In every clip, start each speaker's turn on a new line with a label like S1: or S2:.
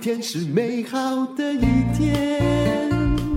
S1: 天是美好的一天。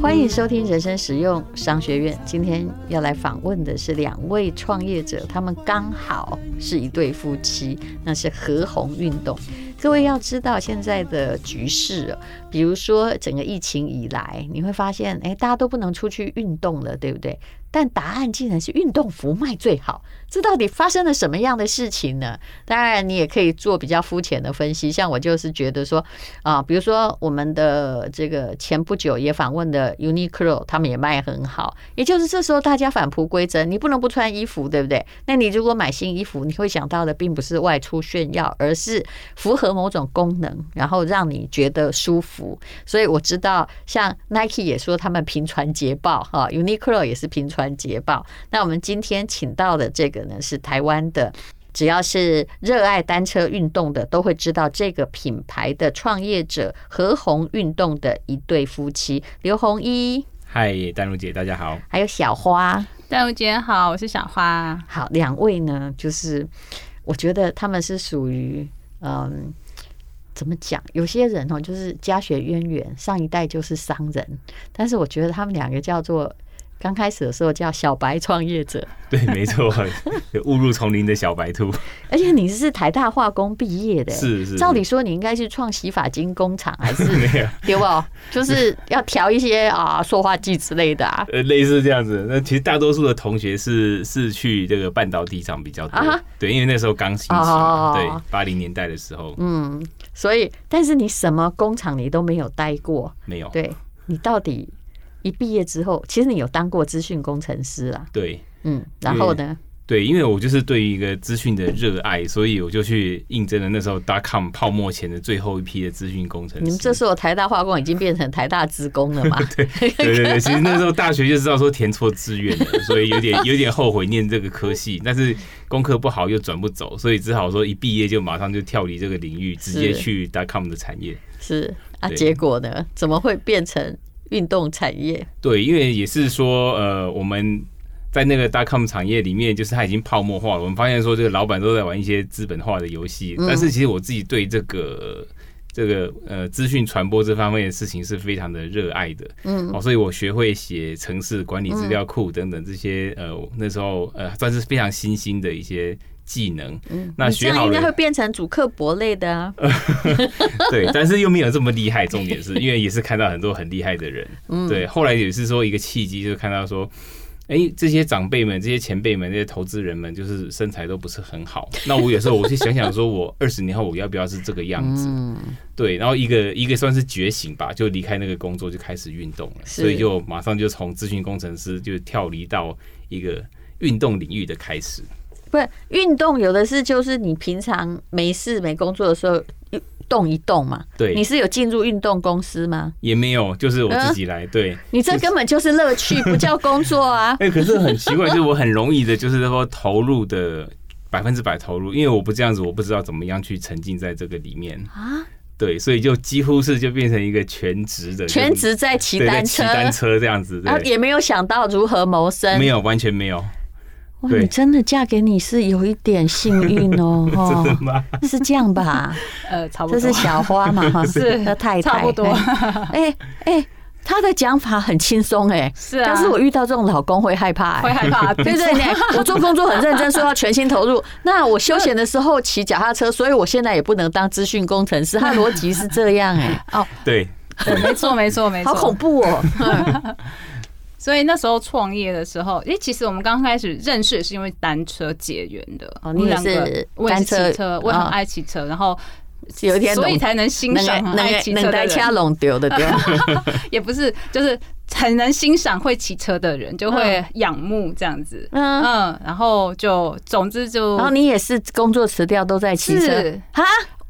S2: 欢迎收听《人生实用商学院》。今天要来访问的是两位创业者，他们刚好是一对夫妻，那是合红运动。各位要知道现在的局势哦，比如说整个疫情以来，你会发现，哎，大家都不能出去运动了，对不对？但答案竟然是运动服卖最好，这到底发生了什么样的事情呢？当然，你也可以做比较肤浅的分析，像我就是觉得说，啊，比如说我们的这个前不久也访问的 Uniqlo，他们也卖很好，也就是这时候大家返璞归真，你不能不穿衣服，对不对？那你如果买新衣服，你会想到的并不是外出炫耀，而是符合某种功能，然后让你觉得舒服。所以我知道，像 Nike 也说他们频传捷报哈，Uniqlo 也是频传捷报。那我们今天请到的这个呢，是台湾的。只要是热爱单车运动的，都会知道这个品牌的创业者和红运动的一对夫妻刘红一
S3: 嗨，丹如姐，大家好。
S2: 还有小花。
S4: 戴茹姐好，我是小花。
S2: 好，两位呢，就是我觉得他们是属于嗯，怎么讲？有些人哦，就是家学渊源，上一代就是商人，但是我觉得他们两个叫做刚开始的时候叫小白创业者，
S3: 对，没错，误入丛林的小白兔，
S2: 而且你是台大化工毕业的，
S3: 是是
S2: 照理说你应该去创洗发精工厂，还是
S3: 没有，
S2: 对不？ 就是要调一些啊塑化剂之类的啊。
S3: 呃，类似这样子。那其实大多数的同学是是去这个半导体厂比较多，
S2: 啊哈
S3: 对，因为那时候刚兴起嘛，
S2: 哦
S3: 对，八零年代的时候、
S2: 嗯，所以但是你什么工厂你都没有待过，
S3: 没有，
S2: 对你到底一毕业之后，其实你有当过资讯工程师啦，
S3: 对
S2: 嗯，然后呢，
S3: 对，因为我就是对于一个资讯的热爱，所以我就去应征了那时候 dot com 泡沫前的最后一批的资讯工程师。
S2: 你们这时候台大化工已经变成台大职工了嘛？
S3: 对对对，其实那时候大学就知道说填错志愿了，所以有点有点后悔念这个科系，但是功课不好又转不走，所以只好说一毕业就马上就跳离这个领域，直接去 dotcom 的产业。
S2: 是啊，
S3: 对
S2: 结果呢，怎么会变成运动产业？
S3: 对，因为也是说，呃，我们在那个 dotcom 产业里面，就是它已经泡沫化了。我们发现说，这个老板都在玩一些资本化的游戏，
S2: 嗯
S3: 但是其实我自己对这个。这个呃，资讯传播这方面的事情是非常的热爱的，嗯，哦，所以我学会写城市管理资料库等等这些，呃，那时候呃算是非常新兴的一些技能，嗯，那
S2: 你这
S3: 学好
S2: 样应
S3: 了
S2: 该会变成主客博类的啊，
S3: 对，但是又没有这么厉害。重点是因为也是看到很多很厉害的人，对。后来也是说一个契机，就是看到说，哎、这些长辈们、这些前辈们、这些投资人们，就是身材都不是很好。那我有时候我去想想，说我二十年后我要不要是这个样子？对。然后一个一个算是觉醒吧，就离开那个工作，就开始运动了，
S2: 是
S3: 所以就马上就从咨询工程师就跳离到一个运动领域的开始。
S2: 不是运动有的是就是你平常没事没工作的时候。动一动嘛，
S3: 对
S2: 你是有进入运动公司吗？
S3: 也没有，就是我自己来，对。
S2: 你这根本就是乐趣，不叫工作 啊！
S3: 哎、可是很奇怪，就是我很容易的，就是说投入的百分之百投入，因为我不这样子，我不知道怎么样去沉浸在这个里面
S2: 啊。
S3: 对，所以就几乎是就变成一个全职的，
S2: 全职在骑
S3: 对在
S2: 单
S3: 骑
S2: 车，
S3: 单车这样子，
S2: 然后
S4: 啊
S3: 对，
S2: 也没有想到如何谋生，
S3: 没有完全没有，
S2: 哇，
S3: 对
S2: 你真的嫁给你是有一点幸运 哦，
S3: 真的
S2: 哦，
S3: 吗？
S2: 是这样吧？
S4: 呃，差不
S2: 这
S4: 多。
S2: 是小花嘛， 哈，
S4: 是
S2: 她太太，
S4: 差不多
S2: 哎哎，她的讲法很轻松哎，
S4: 是啊
S2: 但是我遇到这种老公会害怕
S4: 会
S2: 哎。
S4: 害 怕，
S2: 对对对，我做工作很认真，说要全心投入。那我休闲的时候骑脚踏车，所以我现在也不能当资讯工程师。他的逻辑是这样 哎、
S3: 对，
S4: 对，没错没错没错。
S2: 好恐怖哦！
S4: 所以那时候创业的时候，因为其实我们刚开始认识也是因为单车结缘的。
S2: 哦
S4: 我们
S2: 你也
S4: 两个
S2: 是
S4: 我也是
S2: 单车
S4: 骑车，我也很
S2: 啊
S4: 爱骑车，然后
S2: 有一天
S4: 所以
S2: 懂
S4: 才能欣
S2: 能
S4: 赏很爱骑
S2: 能能
S4: 车的
S2: 带掐
S4: 人，
S2: 拢丢的丢。
S4: 也不是就是很能欣赏会骑车的人，就会仰慕这样子。
S2: 嗯
S4: 嗯，然后就总之就
S2: 然后你也是工作辞掉都在骑车
S4: 是
S2: 哈，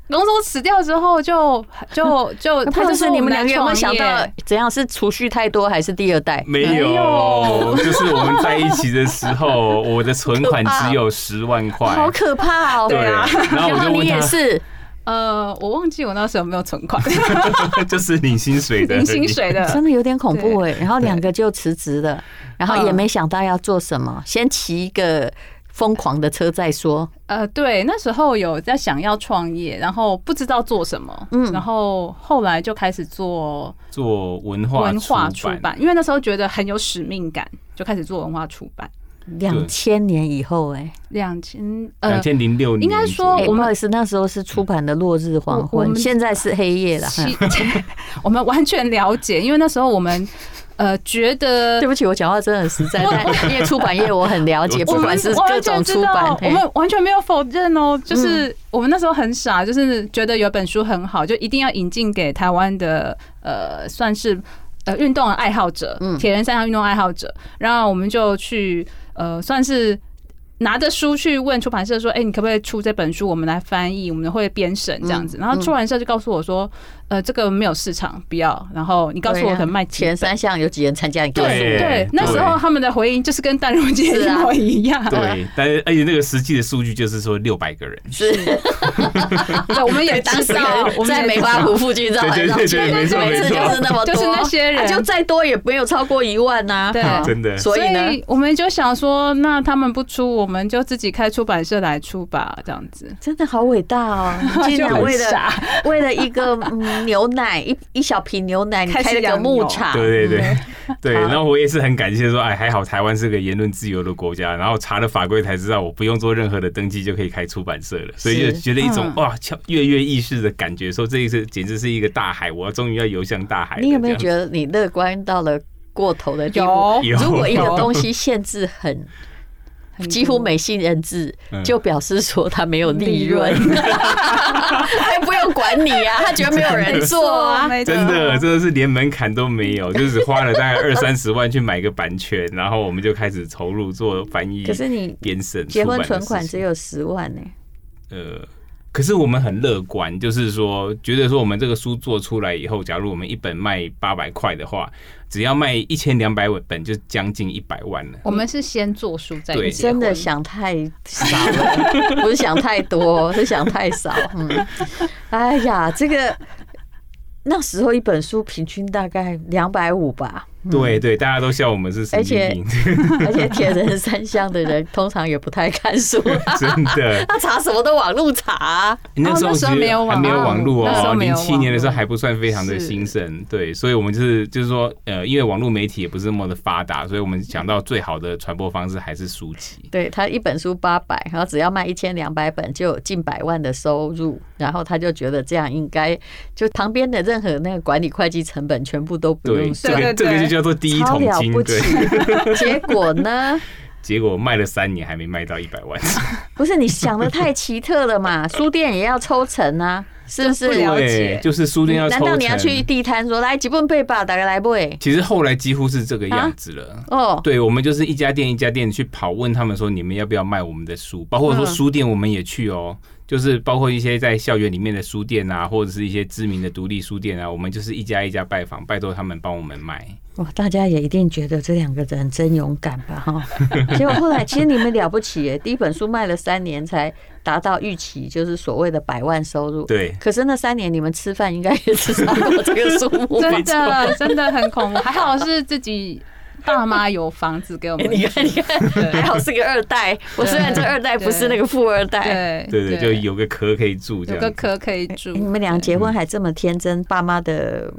S4: 龙舟辞掉之后就就就
S2: 或
S4: 他
S2: 者
S4: 就是
S2: 你们两个有没有想
S4: 我
S2: 到
S4: 来创业
S2: 怎样是储蓄太多还是第二代？
S3: 没
S4: 没
S3: 有
S4: 有，
S3: 就是我们在一起的时候，我的存款只有十万块
S2: 好，可怕哦！
S3: 对啊然后我就
S2: 然后
S3: 问
S2: 你也
S3: 他
S2: 是，
S4: 呃，我忘记我那时候有没有存 款，
S3: 就是领薪水的，
S4: 领薪水 的，
S2: 真的有点恐怖
S4: 嗯
S2: 哎。然后两个就辞职了，然后也没想到要做什么，先骑一个疯狂的车再说，
S4: 呃，对，那时候有在想要创业，然后不知道做什么，
S2: 嗯
S4: 然后后来就开始做
S3: 做文化
S4: 文化出
S3: 出
S4: 版，因为那时候觉得很有使命感，就开始做文化出版。
S2: 两千年以后哎、
S4: 两千呃
S3: 两，千零六年
S4: 应该说
S3: 左
S2: 哎
S3: 右
S4: 我
S2: 不
S4: 们
S2: 好意思，那时候是出版的《落日黄
S4: 我我
S2: 昏》，
S4: 们
S2: 现在是黑夜了。
S4: 其 我们完全了解，因为那时候我们呃觉得
S2: 对不起，我讲话真的很实在， 但因为出版业我很了解，
S3: 我
S2: 不
S4: 我
S2: 管
S4: 们
S2: 是
S4: 我
S2: 各
S4: 完全
S2: 种
S4: 知
S2: 出
S4: 道
S2: 版，，
S4: 我
S2: 嘿嗯
S4: 们完全没有否认哦。就是我们那时候很傻，就是觉得有本书很好，就一定要引进给台湾的呃，算是呃运动的爱好者
S2: 嗯，
S4: 铁人三项运动爱好者。然后我们就去呃，算是。拿着书去问出版社说：“哎、你可不可以出这本书？我们来翻译，我们会编审
S2: 嗯
S4: 这样子。”然后出版社就告诉我说：“呃，这个没有市场，不要。”然后你告诉
S2: 对
S4: 我
S2: 啊
S4: 可能卖几
S2: 前三项有几人参加？你告诉我。
S3: 对
S4: 对，那时候他们的回应就是跟淡如姐
S2: 是
S4: 一
S2: 啊
S4: 模一样。
S3: 对，但是而且那个实际的数据就是说六百个人，
S2: 是
S4: 对，我们 也
S2: 当时
S4: 知道，啊我们
S2: 在
S4: 也
S2: 梅
S4: 知
S2: 花
S4: 道
S2: 湖附近绕来绕去，
S3: 对对对
S2: 每
S3: 对没
S2: 次
S3: 错
S2: 每次
S3: 没错
S2: 就是那么多，
S4: 就是那些人
S2: 啊就再多也没有超过一万呐。
S4: 对
S2: 哈
S3: 真 的
S2: 所以呢，
S4: 我们就想说，那他们不出，我们就自己开出版社来出吧，这样子。
S2: 真的好伟大 哦！你 竟
S4: 就
S2: 然
S4: 很
S2: 为了
S4: 傻，
S2: 为了一个嗯牛奶一一小瓶牛奶，你
S4: 开始
S2: 开了个
S4: 养
S2: 牧
S4: 牛
S2: 场，
S3: 对对对
S4: 嗯
S3: 对，
S2: 好
S3: 然后我也是很感谢说，哎，还好台湾是个言论自由的国家，然后查了法规才知道，我不用做任何的登记就可以开出版社了，所以
S2: 是
S3: 就觉得一种
S4: 嗯
S3: 哇悄跃跃欲试的感觉，说这一次简直是一个大海，我终于要游向大海了。
S2: 你有没有
S3: 得
S2: 觉得你乐观到了过头的地步？
S4: 有
S3: 有
S2: 如果一个东西限制很
S4: 很
S2: 几乎
S4: 多
S2: 没信任制，就表示说它没有利
S4: 利
S2: 润，他也不用管你啊，他觉得没有人做啊。
S4: 没错
S3: 真的，真的是连门槛都没有，就只花了大概二三十万去买个版权，然后我们就开始投入做翻译、
S2: 可是你
S3: 编审、
S2: 结婚
S3: 出版
S2: 存
S3: 的
S2: 款
S3: 事
S2: 只
S3: 情
S2: 有十万呢、
S3: 呃，可是我们很乐观，就是说，觉得说我们这个书做出来以后，假如我们一本卖八百块的话，只要卖一千两百本，就将近一百万了。
S4: 我们是先做书再
S3: 对
S4: 结
S2: 真的
S4: 婚
S2: 想太少了，不是想太多，是想太少。嗯，哎呀，这个那时候一本书平均大概两百五吧，
S3: 对对，大家都笑我们是神经病，
S2: 而且铁人三项的人通常也不太看书，
S3: 真的。
S2: 他查什么都网络查啊、
S3: 那时候
S4: 那时候
S3: 其实
S4: 没有网
S3: 还没有网络
S4: 那时
S3: 哦，
S4: 候没
S3: 零
S4: 有网
S3: 七
S4: 络
S3: 年的时候还不算非常的兴盛，对，所以我们就是就是说，呃，因为网络媒体也不是那么的发达，所以我们想到最好的传播方式还是书籍。
S2: 对他一本书八百，然后只要卖一千两百本就有近百万的收入，然后他就觉得这样应该就旁边的任何那个管理会计成本全部都不
S3: 对，
S2: 用
S3: 这
S2: 算，
S3: 个
S4: 对对
S3: 这
S4: 对
S3: 个就叫做第一
S2: 嗯超
S3: 桶
S2: 了
S3: 金
S2: 不，起
S3: 对。。
S2: 结果呢，
S3: 结果卖了三年还没卖到一百万，
S2: 不是你想的太奇特了嘛？书店也要抽成啊，是不是？
S4: 就不了解
S3: 对，就是书店要
S2: 嗯难
S3: 抽
S2: 道
S3: 成。
S2: 你要去地摊说来几本背吧，大概来不？
S3: 其实后来几乎是这个样子了。
S2: 哦，
S3: 对，我们就是一家店一家店去跑，问他们说你们要不要卖我们的书，包括说
S2: 嗯
S3: 书店我们也去哦，就是包括一些在校园里面的书店啊，或者是一些知名的独立书店啊，我们就是一家一家拜访，拜托他们帮我们卖。
S2: 哇，大家也一定觉得这两个人真勇敢吧？哈， 结果后来其实你们了不起耶，第一本书卖了三年才达到预期，就是所谓的百万收入。。
S3: 对，
S2: 可是那三年你们吃饭应该也是超过这个数目 吧？
S4: 真的真的很 恐怖，还好是自己爸妈有房子 给我们住。
S2: 哎你看，你看，还好是个二代。我虽然这二代不是那个富二代。
S4: 对
S3: 对对，就有个壳可以住这
S4: 有个
S3: 样子。
S4: 壳可以住。
S2: 你们俩结婚还这么天真，爸妈的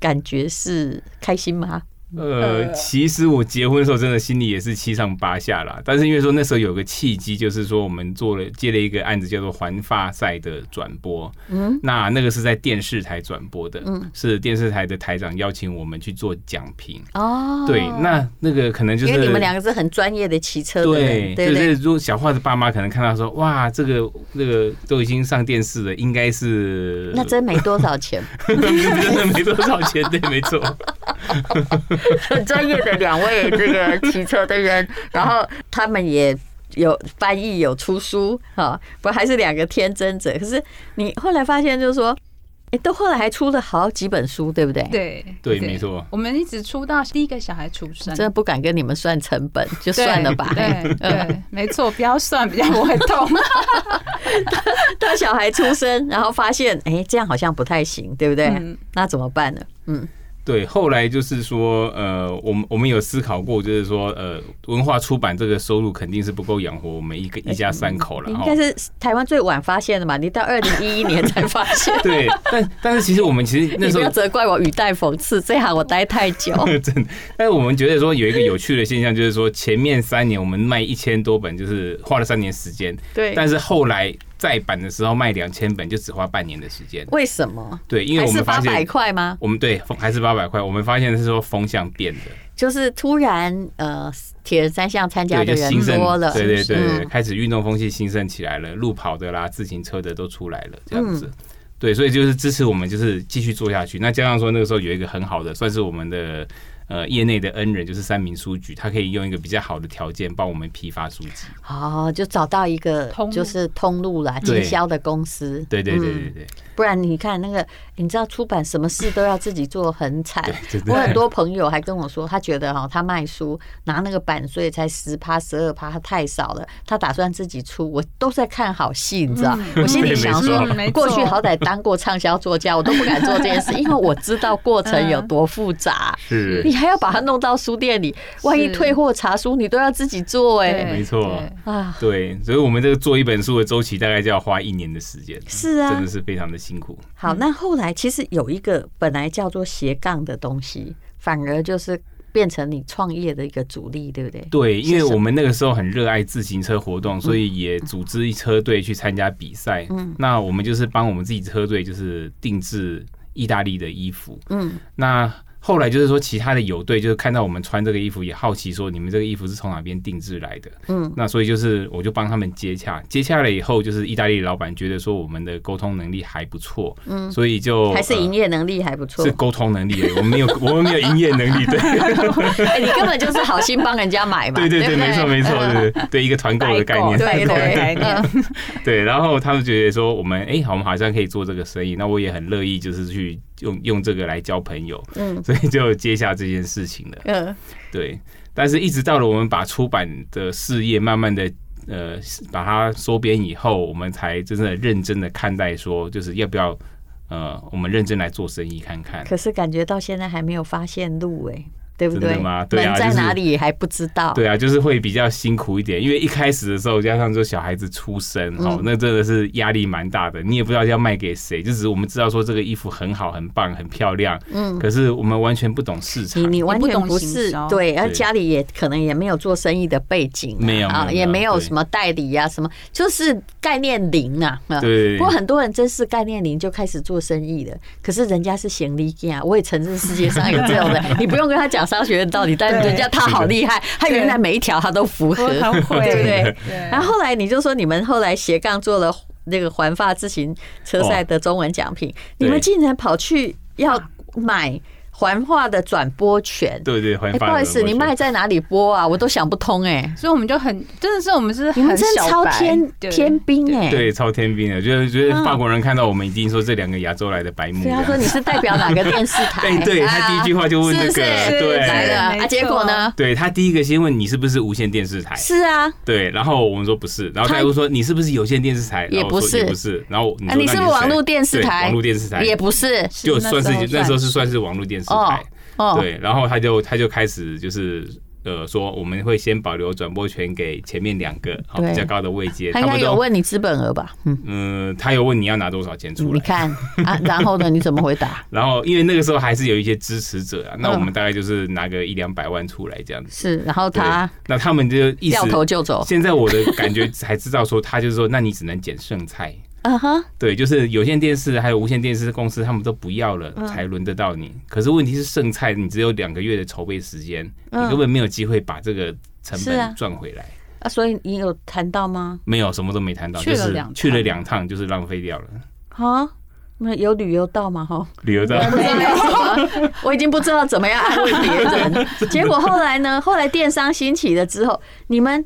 S2: 感觉是开心吗？
S3: 呃，其实我结婚的时候真的心里也是七上八下啦，但是因为说那时候有个契机，就是说我们做了接了一个案子叫做环发赛的转播，嗯，那那个是在电视台转播的，嗯，是电视台的台长邀请我们去做讲评，
S2: 哦，
S3: 对，那那个可能就是
S2: 因为你们两个是很专业的骑车的人，
S3: 对，
S2: 对不
S3: 就是
S2: 对？
S3: 如果小画的爸妈可能看到说，哇，这个这个都已经上电视了，应该是
S2: 那 真没多少钱，
S3: 真 的没多少钱，对，没错，
S2: 很 专业的两位这个骑车的人，然后他们也有翻译，有出书，哈，不还是两个天真者。可是你后来发现，就是说，哎，都后来还出了好几本书，对不对？
S4: 对
S3: 对没错
S4: 我们一直出到第一个小孩出生
S2: 真，的不敢跟你们算成本，就算了 吧。
S4: 对对，没错，不要算，比较不会痛。
S2: 当小孩出生，然后发现，哎，这样好像不太行，对不对
S4: 嗯？
S2: 那怎么办呢？嗯，
S3: 对，后来就是说，呃，我们我们有思考过，就是说，呃，文化出版这个收入肯定是不够养活我们一个一家三口了
S2: 你应
S3: 哈。。
S2: 该是台湾最晚发现的嘛，你到二零一一 年才发现
S3: 对，但但是其实我们其实 那
S2: 你
S3: 时
S2: 不要
S3: 候
S2: 责怪我语带讽刺，这行我待太久。
S3: 真，但是我们觉得说有一个有趣的现象，就是说前面三年我们卖一千多本，就是花了三年时间，
S2: 对，
S3: 但是后来再版的时候卖两千本，就只花半年的时间。
S2: 为什么？
S3: 对，因为
S2: 还
S3: 我
S2: 是
S3: 们
S2: 八
S3: 发
S2: 百
S3: 现。
S2: 块吗？
S3: 我们对风还是八百块，我们发现是说风向变了，
S2: 就是突然呃，铁人三项参加
S3: 对，
S2: 的
S3: 就
S2: 人
S3: 兴盛
S2: 多了，
S3: 对对
S2: 是不
S3: 对
S2: 是
S3: 对，对
S2: 嗯
S3: 开始运动风气兴盛起来了，路跑的啦、自行车的都出来了，这样子。
S2: 嗯
S3: 对，所以就是支持我们，就是继续做下去。那加上说那个时候有一个很好的，算是我们的呃业内的恩人，就是三明书局，他可以用一个比较好的条件帮我们批发书籍。
S2: 哦，就找到一个
S4: 通路
S2: 就是通路啦，
S3: 对
S2: 经销的公司。
S3: 对对对
S2: 嗯
S3: 对对，
S2: 不然你看那个，你知道出版什么事都要自己做，很惨。
S3: 真的
S2: 我很多朋友还跟我说，他觉得哈，他卖书拿那个版税才十趴、十二趴，他太少了，他打算自己出。我都在看好戏，你知道？我心里
S3: 对没
S2: 想说
S3: 错
S4: 嗯没，
S2: 过去
S4: 错
S2: 好歹当过畅销作家，我都不敢做这件事，因为我知道过程有多复杂。
S3: 是
S2: 你还要把它弄到书店里，万一
S4: 是
S2: 退货查书，你都要自己做哎、
S4: 对
S3: 没错
S4: 对
S2: 啊，
S3: 对，所以我们这个做一本书的周期大概就要花一年的时间，
S2: 是啊
S3: 真的是非常的辛苦。
S2: 好，那后来其实有一个本来叫做斜杠的东西，反而就是变成你创业的一个阻力，对不对？
S3: 对，因为
S2: 是什么嗯
S3: 我们那个时候很热爱自行车活动，所以也组织一车队去参加比赛。嗯，那我们就是帮我们自己车队就是定制意大利的衣服。
S2: 嗯，
S3: 那后来就是说，其他的友队就是看到我们穿这个衣服，也好奇说你们这个衣服是从哪边定制来的。
S2: 嗯，
S3: 那所以就是我就帮他们接洽，接洽了以后，就是意大利老板觉得说我们的沟通能力还不错，嗯，所以就
S2: 还是
S3: 呃
S2: 营业能力还不错
S3: 是，沟通能力而已，我们没有我们没有营业能力，对。
S2: 哎，你根本就是好心帮人家买嘛，
S3: 对对
S2: 不
S3: 对，没错没错，对对对，一个团购的概念，
S2: 对对
S4: 概念
S2: 嗯
S3: 对。然后他们觉得说，我们哎，好我们好像可以做这个生意，那我也很乐意，就是去用用这个来交朋友，
S2: 嗯
S3: 所以就接下这件事情了。
S2: 嗯，
S3: 对，但是一直到了我们把出版的事业慢慢的。呃，把它缩编以后，我们才真的认真的看待说，就是要不要呃，我们认真来做生意看看。
S2: 可是感觉到现在还没有发现路哎、对不对？
S3: 真的吗对啊
S2: 门在
S3: 就是
S2: 哪里还不知道。
S3: 对啊，就是会比较辛苦一点，因为一开始的时候，加上就小孩子出生，
S2: 嗯
S3: 哦，那真的是压力蛮大的。你也不知道要卖给谁，就只是我们知道说这个衣服很好、很棒、很漂亮，嗯，可是我们完全不懂市场
S2: 你。你完
S4: 不
S2: 全
S4: 懂
S2: 不
S4: 行
S2: 是
S4: 销
S2: 对，而
S3: 对
S2: 家里也可能也没有做生意的背景啊，
S3: 没有
S2: 啊，
S3: 没有
S2: 也没有
S3: 对
S2: 什么代理啊，什么就是概念零啊。啊
S3: 对
S2: 不过很多人真是概念零就开始做生意了，可是人家是行李啊，我也承认世界上有这种人， 你不用跟他讲商学院道理，但
S4: 对
S2: 人家他好厉害，他原来每一条他都符合，
S4: 我
S2: 对
S4: 很
S2: 不
S4: 会
S2: 对？
S4: 对
S2: 然后后来你就说你们后来斜杠做了那个环法自行车赛
S3: 哦
S2: 的中文奖品，你
S3: 对
S2: 们竟然跑去要买环化的转播权。
S3: 对对，欢
S2: 哎、
S3: 迎
S2: 不好意思，你卖在哪里播啊？我都想不通哎、
S4: 所以我们就很真的是我们是
S2: 你们真
S4: 很小
S2: 超
S4: 白
S2: 天
S4: 对
S2: 天兵哎、
S3: 对超天兵的，啊就是觉得法国人看到我们一定说这两个亚洲来的白目
S2: 对，嗯
S3: 这
S2: 他
S3: 样。
S2: 说你是代表哪个电 视台？
S3: 哎，对他第一句
S2: 话
S3: 话就问这
S2: 是
S3: 个，
S2: 是来了
S3: 对，
S4: 没
S2: 啊，
S4: 错
S2: 结果呢？
S3: 对他第一个先问你是不是无线电视台，
S2: 是啊，
S3: 对，然后我们说不是，然后
S2: 他
S3: 大夫说你是不是有线电视台？
S2: 也
S3: 然后
S2: 不
S3: 我说
S2: 是
S3: 也不是。然后你
S2: 啊，
S3: 说
S2: 你
S3: 那
S2: 是不
S3: 是
S2: 是网
S3: 谁
S2: 络电视
S3: 对
S2: 台？
S3: 网络电视台
S2: 也不是
S3: 就算是
S4: 算
S3: 那时候是算是网络电视
S2: 哦
S3: 台。
S2: 哦，
S3: 对，然后他就他就开始就是。呃，说我们会先保留转播权给前面两个好
S2: 对
S3: 比较高的位阶，
S2: 他
S3: 他
S2: 应该
S3: 们
S2: 有
S3: 都
S2: 问你资本额吧？嗯，
S3: 嗯、他有问你要拿多少钱出
S2: 你
S3: 来，
S2: 看啊，然后呢？你怎么回答？
S3: 然后因为那个时候还是有一些支持者啊，那我
S2: 嗯
S3: 们大概就是拿个一两百万出来这样子，
S2: 是，然后
S3: 对
S2: 他，
S3: 那他们就意思
S2: 掉头就走。
S3: 现在我的感觉才知道说，他就是说，那你只能捡剩菜，
S2: 嗯哼，
S3: 对，就是有线电视还有无线电视公司，他们都不要了，
S2: 嗯
S3: 才轮得到你。可是问题是剩菜，你只有两个月的筹备时间，你
S2: 嗯
S3: 根本没有机会把这个成
S2: 是啊
S3: 本赚回来。
S2: 啊，所以你有谈到吗？
S3: 没有，什么都没谈到，
S4: 去
S3: 就
S4: 了
S3: 是
S4: 两趟
S3: 去了两趟，就是浪费掉了。
S2: 啊，那有旅游到吗？哈，
S3: 旅游到
S2: 没有什么，我已经不知道怎么样安慰别 人。结果后来呢？后来电商兴起了之后，你们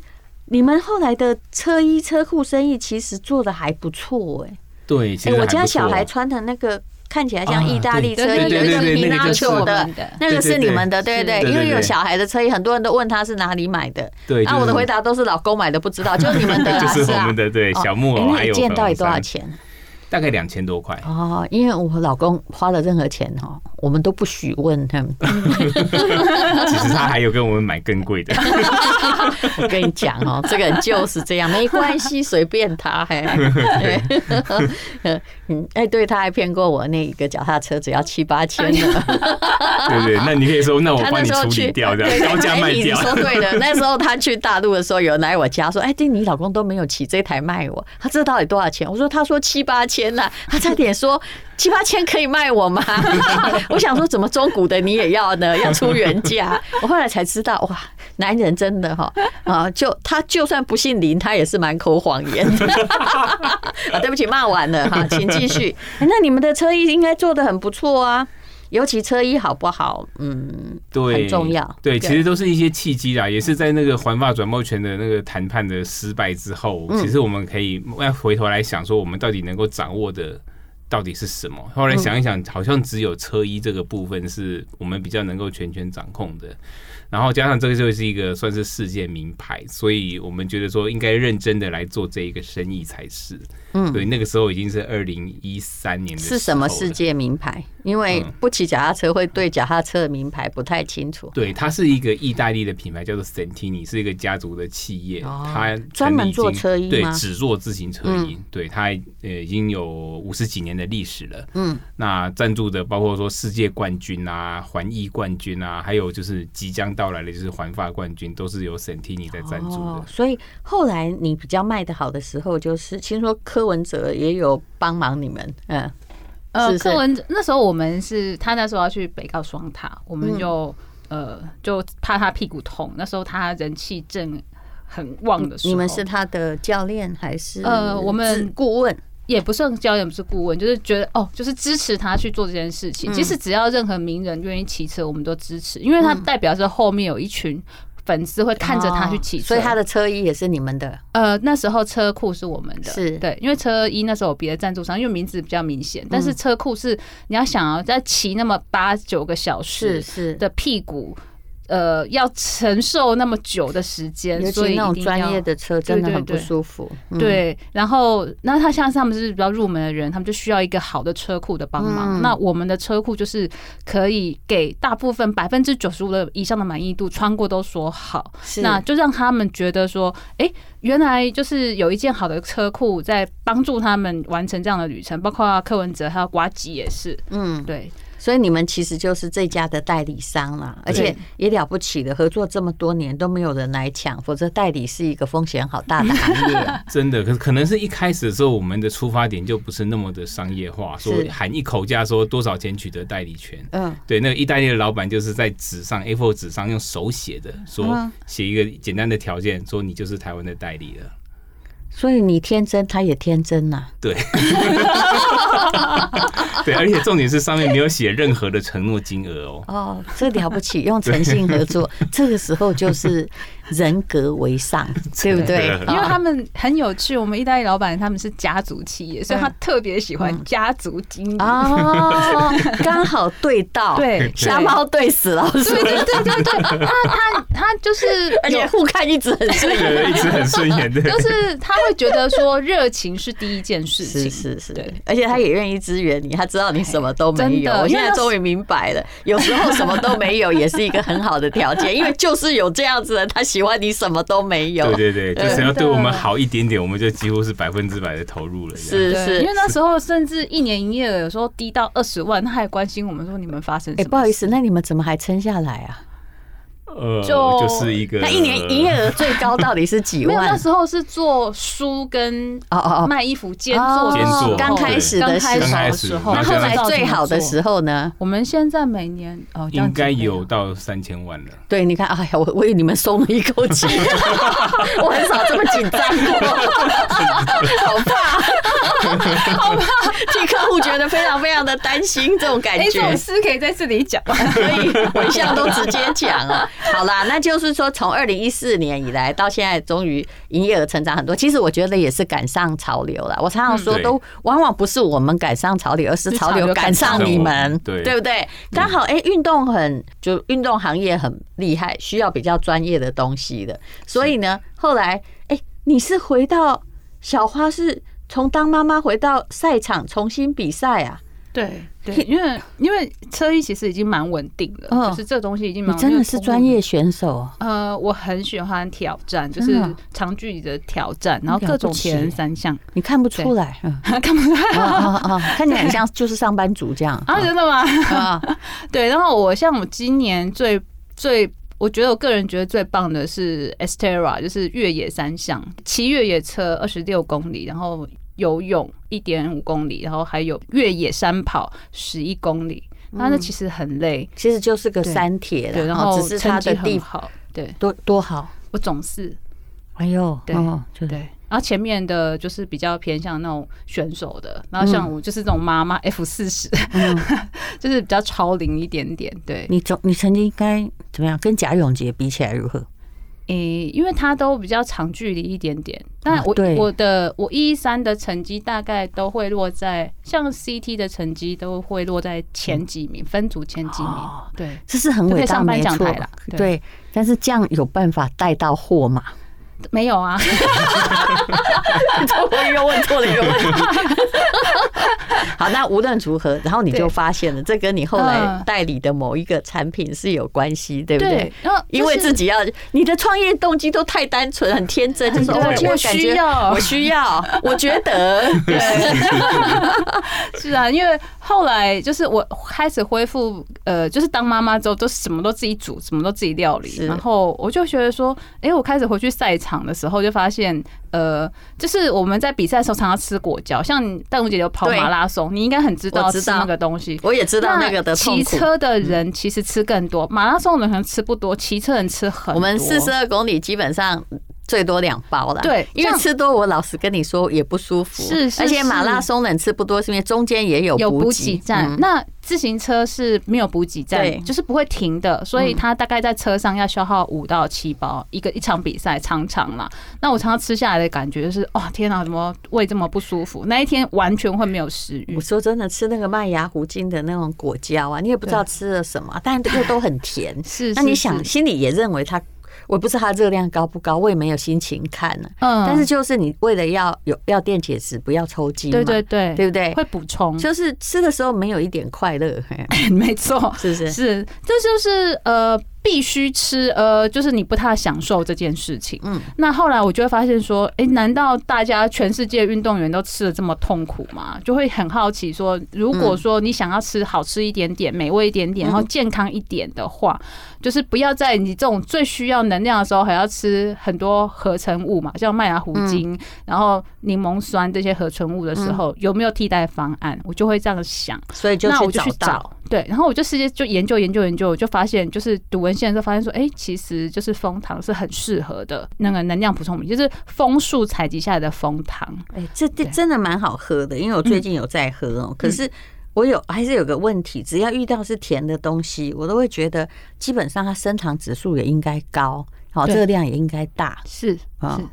S2: 你们后来的车衣车库生意其实做的还不错哎、
S3: 对，其
S2: 哎、
S3: 实还
S2: 我
S3: 不错
S2: 家小 孩穿的那个。看起来像意大利
S3: 啊
S2: 车
S4: 对
S2: 衣，有
S4: 对对
S2: 一个
S4: 对
S2: 皮
S4: 对
S2: 纳
S3: 那个就是
S2: 丘
S3: 我
S2: 的
S4: 们的，
S2: 那个
S3: 对对
S2: 是你
S3: 对
S2: 们的，对
S4: 是
S2: 对，
S3: 对对
S2: 因为有
S3: 对
S2: 小孩的车衣，很多人都问他是哪里买的，
S3: 对，
S2: 啊，
S3: 就是
S2: 我的回答都是老公买的，不知道，就是你们的啦，
S3: 就是我
S2: 啊
S3: 们的 对
S2: 哦
S3: 小木
S2: 哎
S3: 偶，
S2: 那
S3: 还
S2: 一
S3: 有
S2: 件
S3: 粉
S2: 到底
S3: 红
S2: 多少
S3: 衫
S2: 钱？
S3: 大概两千多块。
S2: 哦，因为我老公花了任何钱哦，我们都不许问他们。 哦
S3: 其实他还有跟我们买更 贵的，
S2: 我跟你讲 哦，这个人就是这样，没关系，随便他。嘿，对 嗯，哎，对，他还骗过我那一个脚踏车只要七八千 呢。
S3: 对不对？那你可以说，那我
S2: 他
S3: 帮
S2: 那
S3: 你
S2: 时候
S3: 处
S2: 去
S3: 理掉，这
S2: 对
S3: 样高价
S2: 哎
S3: 卖
S2: 你
S3: 掉。
S2: 说对 的，那时候他去大陆的时候，有人来我家说：“哎，弟，你老公都没有骑这台卖我，他这到底多少钱？”我说：“他说七八千啦。”他差点说：“七八千可以卖我吗？” 我想说，怎么中古的你也要呢？要出原价？ 我后来才知道，哇，男人真的哈啊，就他就算不姓林，他也是满口谎言。 啊，对不起，骂完了哈，请继续。哎那你们的车衣应该做的很不错啊。尤其车衣好不好？嗯，
S3: 对，
S2: 很重要对
S3: 对，其实都是一些契机啦，也是在那个环法转播权的那个谈判的失败之后，
S2: 嗯
S3: 其实我们可以要回头来想，说我们到底能够掌握的到底是什么？后来想一想，好像只有车衣这个部分是我们比较能够全权掌控的。然后加上这个就是一个算是世界名牌，所以我们觉得说应该认真的来做这一个生意才是。嗯，对，那个时候已经是二零一三年的
S2: 是什么
S3: 时候
S2: 世
S3: 了
S2: 界名牌？因为
S3: 嗯
S2: 不骑脚踏车会对脚踏车的名牌不太清楚。
S3: 对，它是一个意大利的品牌，叫做 Santini，是一个家族的企业，
S2: 哦
S3: 它
S2: 专门做
S3: 成立已经
S2: 车衣
S3: 对
S2: 吗，嗯
S3: 只做自行车衣，对，它呃已经有五十几年的历史了。
S2: 嗯，
S3: 那赞助的包括说世界冠军啊、环意冠军啊，还有就是即将到来的就是环法冠军，都是由 Santini 在赞助的。
S2: 哦，所以后来你比较卖的好的时候，就是听说柯文哲也有帮忙你们，嗯，
S4: 呃，
S2: 是是
S4: 柯文哲那时候我们是他那时候要去北高双塔，我们就、
S2: 嗯
S4: 呃就怕他屁股痛，那时候他人气正很旺的时候，
S2: 你们是他的教练还是
S4: 呃我们
S2: 自顾问？
S4: 也不算教练，不是顾问，就是觉得哦，就是支持他去做这件事
S2: 嗯
S4: 情。其实只要任何名人愿意骑车，我们都支持，因为
S2: 嗯
S4: 他代表是后面有一群粉丝会看着啊他去骑
S2: 哦
S4: 车，
S2: 所以他的车衣也是你们的，
S4: 呃，那时候车库是我们的，
S2: 是
S4: 对，因为车一那时候有别的赞助商，因为名字比较明显，
S2: 嗯
S4: 但是车库是你要想要在骑那么八九个小
S2: 是
S4: 时
S2: 是。
S4: 的屁股，呃，要承受那么久的时间，
S2: 尤
S4: 所以
S2: 其那
S4: 一
S2: 种
S4: 定
S2: 专
S4: 要
S2: 业的车真的
S4: 对对
S2: 很不
S4: 对
S2: 舒服，嗯，
S4: 对，然后那他像他们是比较入门的人，他们就需要一个好的车库的帮忙。
S2: 嗯
S4: 那我们的车库就是可以给大部分百分之九十五的以上的满意度，穿过都说好，
S2: 是
S4: 那就让他们觉得说，哎、原来就是有一件好的车库在帮助他们完成这样的旅程，包括柯文哲还有瓜吉也是，
S2: 嗯，
S4: 对，
S2: 所以你们其实就是这家的代理商啦，而且也了不起的，合作这么多年都没有人来抢，否则代理是一个风险好大 的行业啊。
S3: 真的，可可能是一开始的时候，我们的出发点就不是那么的商业化，说
S2: 是
S3: 喊一口价，说多少钱取得代理权。
S2: 嗯，
S3: 对，那个意大利的老板就是在纸上 A4 纸上用手写的，
S2: 嗯
S3: 说写一个简单的条件，说你就是台湾的代理了。
S2: 所以你天真，他也天真呐、
S3: 对，对，而且重点是上面没有写任何的承诺金额 哦。
S2: 哦，这了不起，用诚信合 作，这个时候就是人格为上， 对不对？
S4: 因为
S2: 啊
S4: 他们很有趣，我们意大利老板他们是家族企业，所以他特别喜欢家族经营。
S2: 哦，刚好对到，
S4: 对
S2: 瞎猫对死老鼠，
S4: 对对对对对，他他他就是
S2: 而
S4: 有
S2: 且互看一直很顺眼。
S3: 对，一直很顺眼的。
S4: 就是他会觉得说热情是第一件事情，
S2: 是是是
S4: 对，
S2: 而且他也愿意支援你，他知道你什么都没
S4: 真
S2: 有。
S4: 的
S2: 我现在
S4: 因为
S2: 终于明白了，有时候什么都没有也是一个很好的条件，因为就是有这样子的人，他喜欢你什么都没有。
S3: 对对对，就是要
S4: 真的
S3: 对我们好一点点，我们就几乎是百分之百的投入了。
S2: 是
S3: 这样
S4: 对
S2: 是
S4: 因为。那时候甚至一年营业额有时候低到二十万，他还关心我们说你们发生
S2: 哎、
S4: 什么、
S2: 不好意，思，那你们怎么还撑下来啊？
S3: 呃，
S4: 就
S3: 就是一个
S2: 那一年营业额最高到底是几
S4: 没有，那
S2: 万？
S4: 时候是做书跟
S2: 哦哦哦，
S4: 卖衣服兼做的
S3: 兼
S4: 时
S3: 做
S4: 候，
S2: 刚开始的
S4: 刚
S2: 时候，
S4: 开始的时候，
S3: 刚
S2: 那
S3: 开始
S2: 后来最好的
S4: 候，
S2: 时候呢？
S4: 我们现在每年哦，这
S3: 应
S4: 样子
S3: 该有到三千万了。
S2: 对，你看，哎呀，我我以为你们松了一口气，我很少这么紧张过，好怕，好怕，替客户觉得非常非常的担心这种感
S4: 哎，这
S2: 觉
S4: 种。事可以在这里讲吗？
S2: 所以我一向都直接讲啊。好啦，那就是说，从二零一四年以来到现在，终于营业额成长很多。其实我觉得也是赶上潮流了。我常常说，
S3: 嗯
S2: 都往往不是我们赶上潮流，而是潮流赶上你们，
S3: 是潮流赶上我们对
S2: 对不对？刚好哎，运动很就运动行业很厉害，需要比较专业的东西的。所以呢，后来哎，你是回到小花是从当妈妈回到赛场重新比赛啊？
S4: 对 对，因为因为车衣其实已经蛮稳定的，
S5: 嗯
S4: 就是这东西已经
S5: 你
S4: 蛮
S5: 真的是专。业选手
S2: 啊
S5: 哦，
S4: 呃，我很喜欢挑战，就
S5: 真
S4: 是
S5: 的哦
S4: 长距离的挑战，然后
S5: 了
S4: 各种
S5: 不起
S4: 铁人三项。
S5: 你看不出来， 嗯
S4: 干嘛？
S5: 啊啊啊！看你很像就是上班族这样
S4: 啊，真的吗？
S5: 啊，
S4: 对，然后我像我今年最最，我觉得我个人觉得最棒的是 Estera，就是越野三项，骑越野车二十六公里，然后游泳一点五公里，然后还有越野山跑十一公里。啊那那其实很累，
S5: 其实就是个
S4: 对
S5: 三铁
S4: 对，
S5: 啦，
S4: 然
S5: 嗯哦
S4: 后
S5: 只是
S4: 成
S5: 它
S4: 绩
S5: 的
S4: 很
S5: 地
S4: 好，对
S5: 多多好。
S4: 我总是
S5: 哎呦，
S4: 对
S5: 哦，就是
S4: 对。然后前面的就是比较偏向那种选手的，然后
S5: 嗯
S4: 像我就是这种妈妈 F 四十， 就是比较超龄一点点，对。
S5: 你总你曾经应该怎么样？跟贾永杰比起来如何？
S4: 诶、因为他都比较长距离一点点，但
S5: 啊
S4: 我、
S5: 对
S4: 我的我一三的成绩大概都会落在像 CT 的成绩都会落在前几名，分组前几名，
S5: 哦
S4: 对。
S5: 这是很
S4: 就可以
S5: 伟大，
S4: 上颁
S5: 没
S4: 奖
S5: 错
S4: 台啦，对
S5: 对。但是这样有办法带到货吗？
S4: 没有啊，
S5: 我又问错了一个问题。 好，那无论如何，然后你就
S4: 对
S5: 发现了，这跟你后来
S4: 嗯
S5: 代理的某一个产品是有关系，对不对？，
S4: 然后
S5: 因为
S4: 就是
S5: 自己要你的创业动机都太单纯、很天真，就是
S4: 对
S5: 哦
S4: 我
S5: 我感
S4: 需
S5: 觉
S4: 要
S5: 我需要，我觉 得
S4: 是啊，因为后来就是我开始恢复，呃，就是当妈妈之后，都什么都自己煮，什么都自己料理
S5: 是。
S4: 然后我就觉得说，哎、我开始回去赛场的时候，就发现，呃，就是我们在比赛的时候常常吃果胶，像戴茹姐有跑
S5: 对
S4: 马拉松，你应该很知
S5: 我
S4: 道
S5: 知
S4: 吃
S5: 道
S4: 那个东西。
S5: 我也知道那个的痛
S4: 骑
S5: 苦。嗯
S4: 车的人其实吃更多，马拉松的人可能吃不多，骑车人吃很多。
S5: 我们四十二公里基本上最多两包啦。
S4: 对
S5: 因为
S4: 像
S5: 吃多，我老实跟你说也不舒服。
S4: 是是
S5: 而且马拉
S4: 是
S5: 松冷吃不多，是因为中间也有
S4: 有
S5: 补
S4: 补
S5: 给
S4: 给站，
S5: 嗯
S4: 那自行车是没有补给
S5: 对嗯
S4: 站，就是不会停的，所以它大概在车上要消耗五到七包一个一场比赛，常常啦。那我常常吃下来的感觉就是，哇、天哪，怎么胃这么不舒服？那一天完全会没有食欲
S5: 我。说真的，吃那个麦芽糊精的那种果胶啊，你也不知道吃了什么，啊但又都很甜。
S4: 是，
S5: 那你
S4: 是
S5: 想，
S4: 是
S5: 心里也认为它，我不知道它热量高不高，我也没有心情看呢、
S4: 嗯
S5: 但是就是你为了要有要电解质，不要抽筋嘛，
S4: 对对对，
S5: 对不对？
S4: 会补充，
S5: 就是吃的时候没有一点快乐，嘿啊
S4: 没错，
S5: 是不是？
S4: 是，这就是呃必须吃，呃，就是你不太享受这件事情。
S5: 嗯
S4: 嗯，那后来我就会发现说，诶，难道大家全世界运动员都吃的这么痛苦吗？就会很好奇说，如果
S5: 嗯
S4: 说你想要吃好吃一点点、美味一点点，然后健康一点的话，就是不要在你这种最需要能量的时候，还要吃很多合成物嘛，像麦芽
S5: 嗯
S4: 糊精，然后柠檬酸这些合成物的时候，有没有替代方案？我就会这样想。
S5: 所以就
S4: 那我
S5: 去
S4: 就
S5: 找
S4: 去
S5: 到。
S4: 找，对，然后我就直接就研究研究研究，我就发现就是读文献的时候发现说，哎、其实就是枫糖是很适合的那个能量补充品，就是枫树采集下来的枫糖。
S5: 哎、这这
S4: 对嗯
S5: 真的蛮好喝的，因为我最近有在喝哦、可是我有还是有个问题，只要遇到是甜的东西，我都会觉得基本上它升糖指数也应该高，好
S4: 对
S5: 热量也应该大
S4: 是
S5: 啊
S4: 是。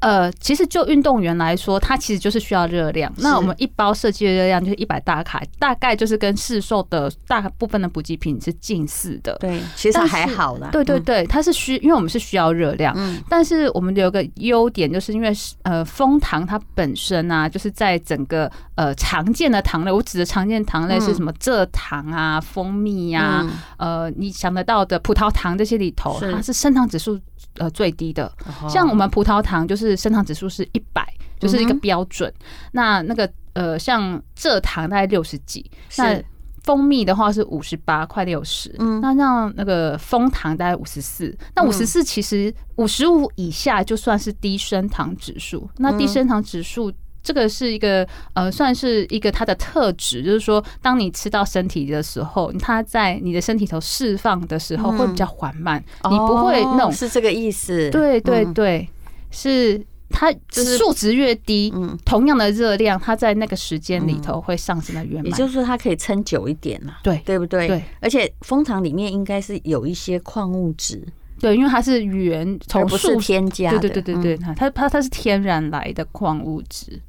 S4: 呃，其实就运动员来说，它其实就是需要热量。那我们一包设计的热量就是一百大卡，大概就是跟市售的大部分的补给品是近似的。
S5: 对，其实
S4: 但
S5: 还
S4: 是
S5: 好啦。
S4: 对对
S5: 嗯
S4: 对，它是需，因为我们是需要热量，
S5: 嗯
S4: 但是我们有个优点，就是因为是呃，蜂糖它本身啊，就是在整个呃常见的糖类，我指的常见糖类
S5: 嗯
S4: 是什么蔗糖啊、蜂蜜呀、呃你想得到的葡萄糖这些里头，
S5: 是哦
S4: 它是升糖指数呃最低的。像我们葡萄糖就是升糖指数是一百，就是一个
S5: 嗯哼
S4: 标准。那那个呃，像蔗糖大概六十几，那
S5: 是
S4: 蜂蜜的话是五十八，快六十。
S5: 嗯
S4: 那像那个蜂糖大概五十四，那
S5: 嗯
S4: 五十四其实五十五以下就算是低升糖指数。那
S5: 嗯
S4: 低升糖指数。这个是一个呃，算是一个它的特质，就是说，当你吃到身体的时候，它在你的身体头释放的时候会比
S5: 嗯
S4: 较缓慢，你不会那种
S5: 哦是这个意思。
S4: 对对
S5: 嗯
S4: 对，是它
S5: 是
S4: 数值越低，
S5: 嗯
S4: 同样的热量，它在那个时间里头会上升的越
S5: 也
S4: 慢。
S5: 就是说它可以撑久一点啦，
S4: 对
S5: 对不对？
S4: 对
S5: 而且蜂糖里面应该是有一些矿物质，
S4: 对，因为它是原
S5: 而
S4: 从
S5: 不是
S4: 哦树
S5: 添加
S4: 对
S5: 的。
S4: 对对对
S5: 嗯嗯
S4: 对，它它它是天然来的矿物质，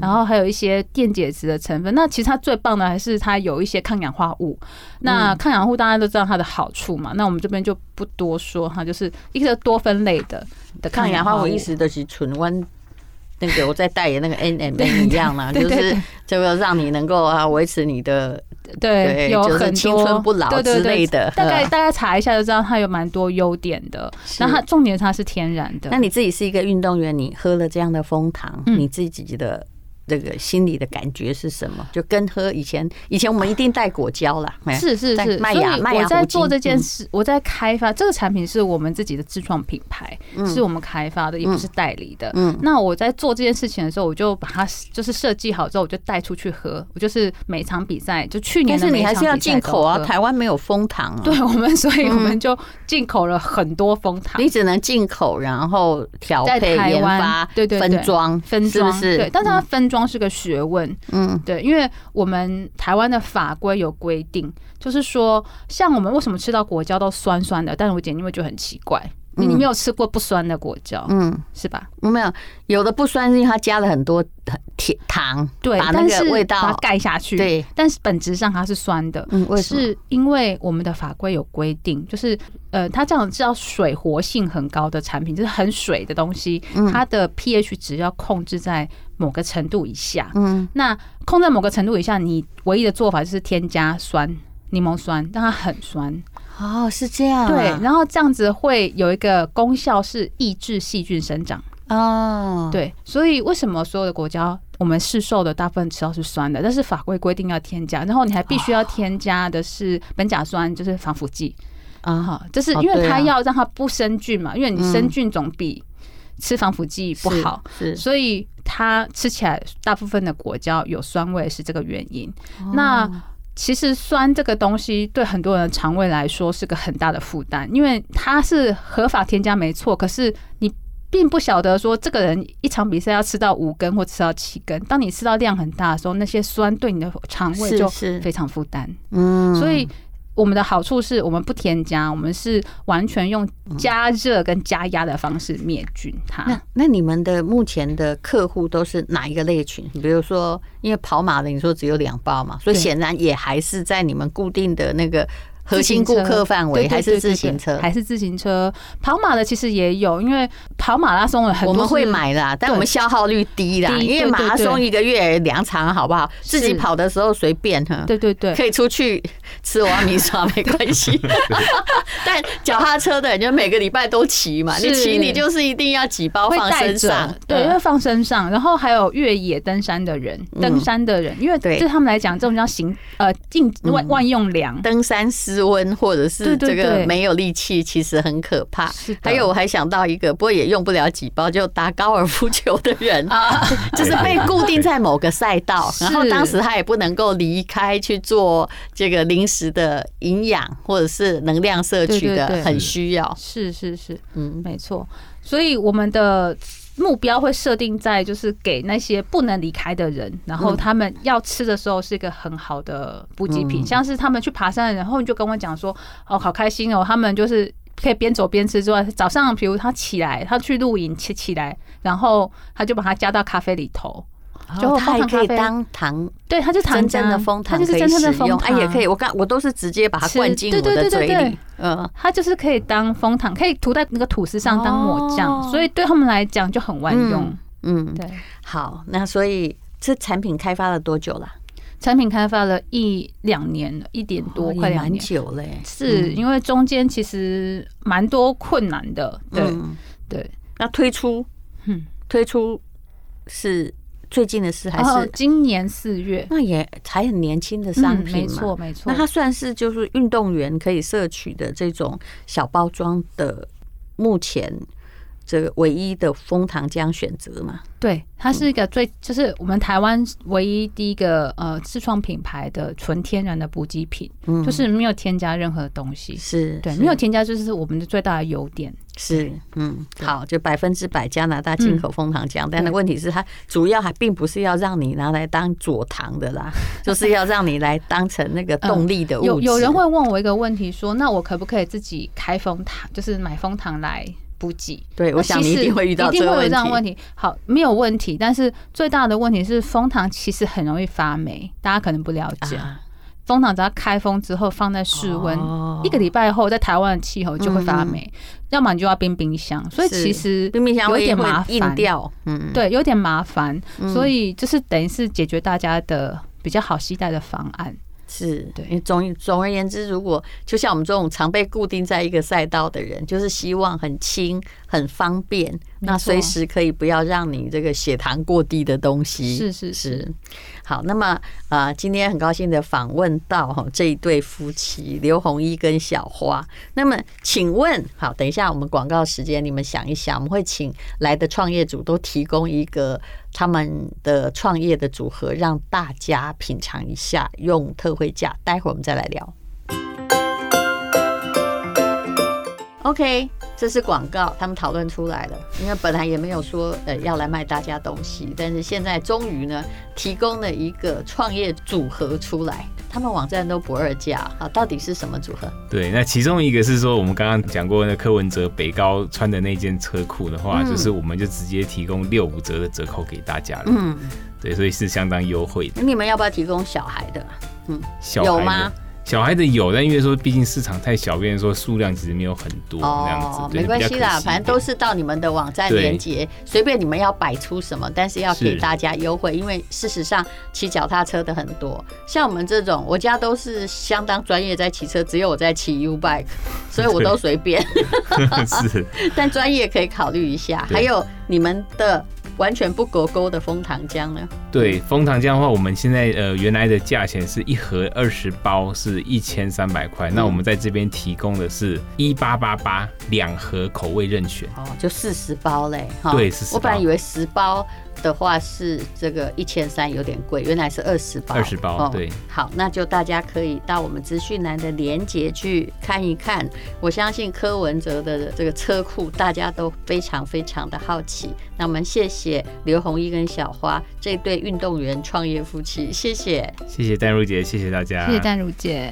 S4: 然后还有一些电解质的成分。那其实它最棒的还是它有一些抗氧化物。那
S5: 嗯
S4: 抗氧化物大家都知道它的好处嘛，那我们这边就不多说哈，就是一个多酚类的的
S5: 抗氧化
S4: 物
S5: 我意思就是纯温那个我在代 言那个 N M N 一样啦，
S4: 对
S5: 就
S4: 对对
S5: 是这个让你能够啊维持你的对
S4: 对，有
S5: 就是
S4: 很多
S5: 青春不老
S4: 对对
S5: 之
S4: 对
S5: 类的
S4: 大概
S5: 嗯
S4: 大概查一下就知道它有蛮多优点的。那它重点是它是天然的，
S5: 那你自己是一个运动员，你喝了这样的蜂糖，
S4: 嗯
S5: 你自己的这个心里的感觉是什么？就跟喝以前，以前我们一定带果胶 啦，哎
S4: 是是
S5: 带
S4: 是，
S5: 麦
S4: 所以
S5: 芽麦芽
S4: 我在
S5: 糊
S4: 做
S5: 精
S4: 这件
S5: 嗯
S4: 事，我在开发这个产品是我们自己的自创品牌，是我们开发的，也不是代理的。
S5: 嗯
S4: 那我在做这件事情的时候，我就把它就是设计好之后，我就带出去喝，我就是每场比赛就去
S5: 但
S4: 年的
S5: 是
S4: 每
S5: 你
S4: 场
S5: 还
S4: 比
S5: 是要
S4: 赛
S5: 进
S4: 都
S5: 口啊，
S4: 喝
S5: 台湾没有蜂糖啊，
S4: 对我们，所以我们就进口了很多蜂糖。
S5: 你只能进口，然后调
S4: 在
S5: 配、
S4: 台
S5: 研
S4: 湾
S5: 发、
S4: 对对对
S5: 分装、
S4: 分装
S5: 是不是？
S4: 对，但是它分装是个学问，
S5: 嗯
S4: 对，因为我们台湾的法规有规定，就是说，像我们为什么吃到果胶都酸酸的，但是我姐你会觉得很奇怪，你你没有吃过不酸的果胶，
S5: 嗯，
S4: 是吧？
S5: 嗯没有，有的不酸是因为它加了很多甜糖，
S4: 对，
S5: 把那
S4: 但是
S5: 个味
S4: 把它
S5: 道
S4: 盖下去，，
S5: 对，
S4: 但是本质上它是酸的。
S5: 嗯，为什么？
S4: 是因为我们的法规有规定，就是呃，它这样叫水活性很高的产品，就是很水的东西，
S5: 嗯
S4: 它的 pH 值要控制在某个程度以下。
S5: 嗯，
S4: 那控在某个程度以下，你唯一的做法就是添加酸。柠檬酸让它很酸，
S5: 哦，是这样、啊，
S4: 对，然后这样子会有一个功效是抑制细菌生长，
S5: 哦，
S4: 对，所以为什么所有的果胶我们市售的大部分吃到是酸的，但是法规规定要添加，然后你还必须要添加的是苯甲酸，就是防腐剂，
S5: 啊
S4: 哈，就是
S5: 哦
S4: 因为
S5: 对啊
S4: 它要让它不生菌嘛，因为你生菌总比吃防腐剂不
S5: 是
S4: 好，
S5: 是
S4: 所以它吃起来大部分的果胶有酸味是这个原因。那其实酸这个东西对很多人的肠胃来说是个很大的负担，因为它是合法添加没错，可是你并不晓得说这个人一场比赛要吃到五根或吃到七根，当你吃到量很大的时候，那些酸对你的肠胃
S5: 是
S4: 就是非常负担。
S5: 嗯
S4: 所以我们的好处是我们不添加，我们是完全用加热跟加压的方式灭菌它。
S5: 那那你们的目前的客户都是哪一个类群？比如说，因为跑马的你说只有两包嘛，所以
S4: 对
S5: 显然也还是在你们固定的那个核
S4: 自
S5: 心
S4: 行
S5: 顾
S4: 车
S5: 客范围，
S4: 对对
S5: 还是
S4: 对对
S5: 自
S4: 对
S5: 行车？
S4: 还是自行车。跑马的其实也有，因为跑马拉松的很
S5: 我
S4: 多
S5: 们
S4: 是
S5: 会买啊啦，但我们消耗率低啦，
S4: 低
S5: 因为
S4: 对对
S5: 马拉松
S4: 对
S5: 一个月两场，好不好？自己
S4: 是
S5: 跑的时候随便哈，
S4: 对对对，
S5: 可以出去吃娃娃米耍没关 系。但脚踏车的，你就每个礼拜都骑嘛，你
S4: 是
S5: 骑你就是一定要几包
S4: 会
S5: 放
S4: 带
S5: 身上嗯
S4: 着，，对，因为放身上，然后还有越野登山的人，登山的人，因为
S5: 对嗯
S4: 对他们来讲，这种叫行呃进万万用粮，
S5: 登山失温，或者是
S4: 对对
S5: 这个
S4: 对
S5: 没有力气，其实很可怕
S4: 是的。
S5: 还有我还想到一个，不过也用不了几包，就打高尔夫球的 人，
S4: 啊
S5: 就是被固定在某个赛道，
S4: 是
S5: 然后当时他也不能够离开去做这个临时的营养或者是能量摄取的
S4: 对对，对
S5: 很需要。
S4: 是是是，
S5: 嗯，
S4: 没错。所以我们的目标会设定在就是给那些不能离开的人，然后他们要吃的时候是一个很好的补给品，嗯像是他们去爬山，然后你就跟我讲说，哦，好开心哦，他们就是。可以边走边吃之外，早上比如他起来，他去露营起起来，然后他就把它加到咖啡里头，就
S5: 哦
S4: 会
S5: 它
S4: 放
S5: 还
S4: 上
S5: 可
S4: 咖
S5: 以
S4: 啡
S5: 当糖，
S4: 对，他就糖
S5: 真正的
S4: 浆啊
S5: 蜂
S4: 它
S5: 糖
S4: 就
S5: 可
S4: 是
S5: 以
S4: 真正
S5: 使
S4: 的蜂
S5: 用，哎，
S4: 糖，
S5: 也可以。我刚我都是直接把它
S4: 吃
S5: 灌进
S4: 对
S5: 我
S4: 对
S5: 的
S4: 对对
S5: 嘴
S4: 对
S5: 里，嗯。
S4: 它就是可以当蜂糖，可以涂在那个吐司上当抹酱，
S5: 哦
S4: 所以对他们来讲就很万用。
S5: 嗯，
S4: 对，
S5: 好，那所以这产品开发了多久啦？
S4: 产品开发了一两年了，一点多，
S5: 哦也
S4: 快两
S5: 蛮
S4: 年。
S5: 久嘞。
S4: 是因为中间其实蛮多困难的，对、
S5: 嗯
S4: 对。
S5: 那推出，
S4: 嗯
S5: 推出是最近的事还
S4: 然后
S5: 是？
S4: 今年四月，
S5: 哦那也还很年轻
S4: 嗯
S5: 的商品嘛，
S4: 没错没错
S5: 嗯那。它算是就是运动员可以摄取的这种小包装的，目前这个唯一的蜂糖浆选择嘛。
S4: 对，它是一个最就是我们台湾唯一第一个呃自创品牌的纯天然的补给品，就是没有添加任何东西。
S5: 是，
S4: 对，
S5: 是
S4: 没有添加就是我们的最大的优点。
S5: 是，嗯，好，就百分之百加拿大进
S4: 嗯
S5: 口蜂糖浆，但是问题是它主要还并不是要让你拿来当佐糖 的啦，就是要让你来当成那个动力的物质、
S4: 嗯有有人会问我一个问题说，那我可不可以自己开蜂糖，就是买蜂糖来补给？
S5: 对，我
S4: 那
S5: 想
S4: 其
S5: 你一
S4: 实
S5: 定会遇到
S4: 一
S5: 这
S4: 定
S5: 个
S4: 会有这样的
S5: 问
S4: 问
S5: 题。
S4: 题。好，没有问题，但是最大的问题是蜂糖其实很容易发霉，大家可能不了解。
S5: 啊
S4: 蜂糖只要开封之后放在室温，
S5: 哦
S4: 一个礼拜后在台湾的气候就会发霉，要么你就要冰冰箱，所以
S5: 嗯是
S4: 其实
S5: 冰冰箱
S4: 有
S5: 会
S4: 一点
S5: 会
S4: 麻
S5: 硬
S4: 烦。
S5: 掉，嗯，
S4: 对，有点麻烦，所以就是等于是解决大家的比较好携带的方案。
S5: 是
S4: 对
S5: 因为总总而言之，如果就像我们这种常被固定在一个赛道的人，就是希望很轻、很方便，那随时可以不要让你这个血糖过低的东西。
S4: 是是是
S5: 是，好，那么啊、呃今天很高兴的访问到哈这一对夫妻刘红一跟小花。那么，请问，好，等一下我们广告时间，你们想一想，我们会请来的创业主都提供一个他们的创业的组合，让大家品尝一下，用特惠价。待会儿我们再来聊。OK，这是广告，他们讨论出来了。因为本来也没有说呃要来卖大家东西，但是现在终于呢提供了一个创业组合出来，他们网站都不二价啊，到底是什么组合？
S3: 对，那其中一个是说，我们刚刚讲过那柯文哲北高穿的那件车裤的话，
S5: 嗯
S3: 就是我们就直接提供六五折的折扣给大家了。
S5: 嗯，
S3: 对，所以是相当优惠的。
S5: 你们要不要提供小孩的？
S3: 小
S5: 有
S3: 孩
S5: 吗
S3: 的小孩的有，但因为说毕竟市场太小，变成说数量其实没有很多这样子，对
S5: 哦没关系啦，反正都
S3: 是
S5: 是到你们的网站
S3: 对
S5: 连接，随便你们要摆出什么，但是要给
S3: 是
S5: 大家优惠，因为事实上骑脚踏车的很多，像我们这种，我家都是相当专业在骑车，只有我在骑 U bike，所以我都随便，
S3: 比较可惜一点 是
S5: 但专业可以考虑一下。
S3: 对
S5: 还有你们的完全不勾勾的枫糖浆呢，
S3: 对枫糖浆的话，我们现在呃原来的价钱是一盒二十包是一千三百块，
S5: 嗯
S3: 那我们在这边提供的是一八八八两盒口味任选，
S5: 哦，就四十包嘞，哈
S3: 对40
S5: 我本来
S3: 包
S5: 以为十包的话是这个一千三有点贵，原来是二十包，哦
S3: 20包对
S5: 好，那就大家可以到我们资讯栏的连接去看一看。我相信柯文哲的这个车库，大家都非常非常的好奇。那我们谢谢刘红一跟小花这对运动员创业夫妻，谢谢。
S3: 谢谢丹如姐，谢谢大家，
S4: 谢谢淡如姐。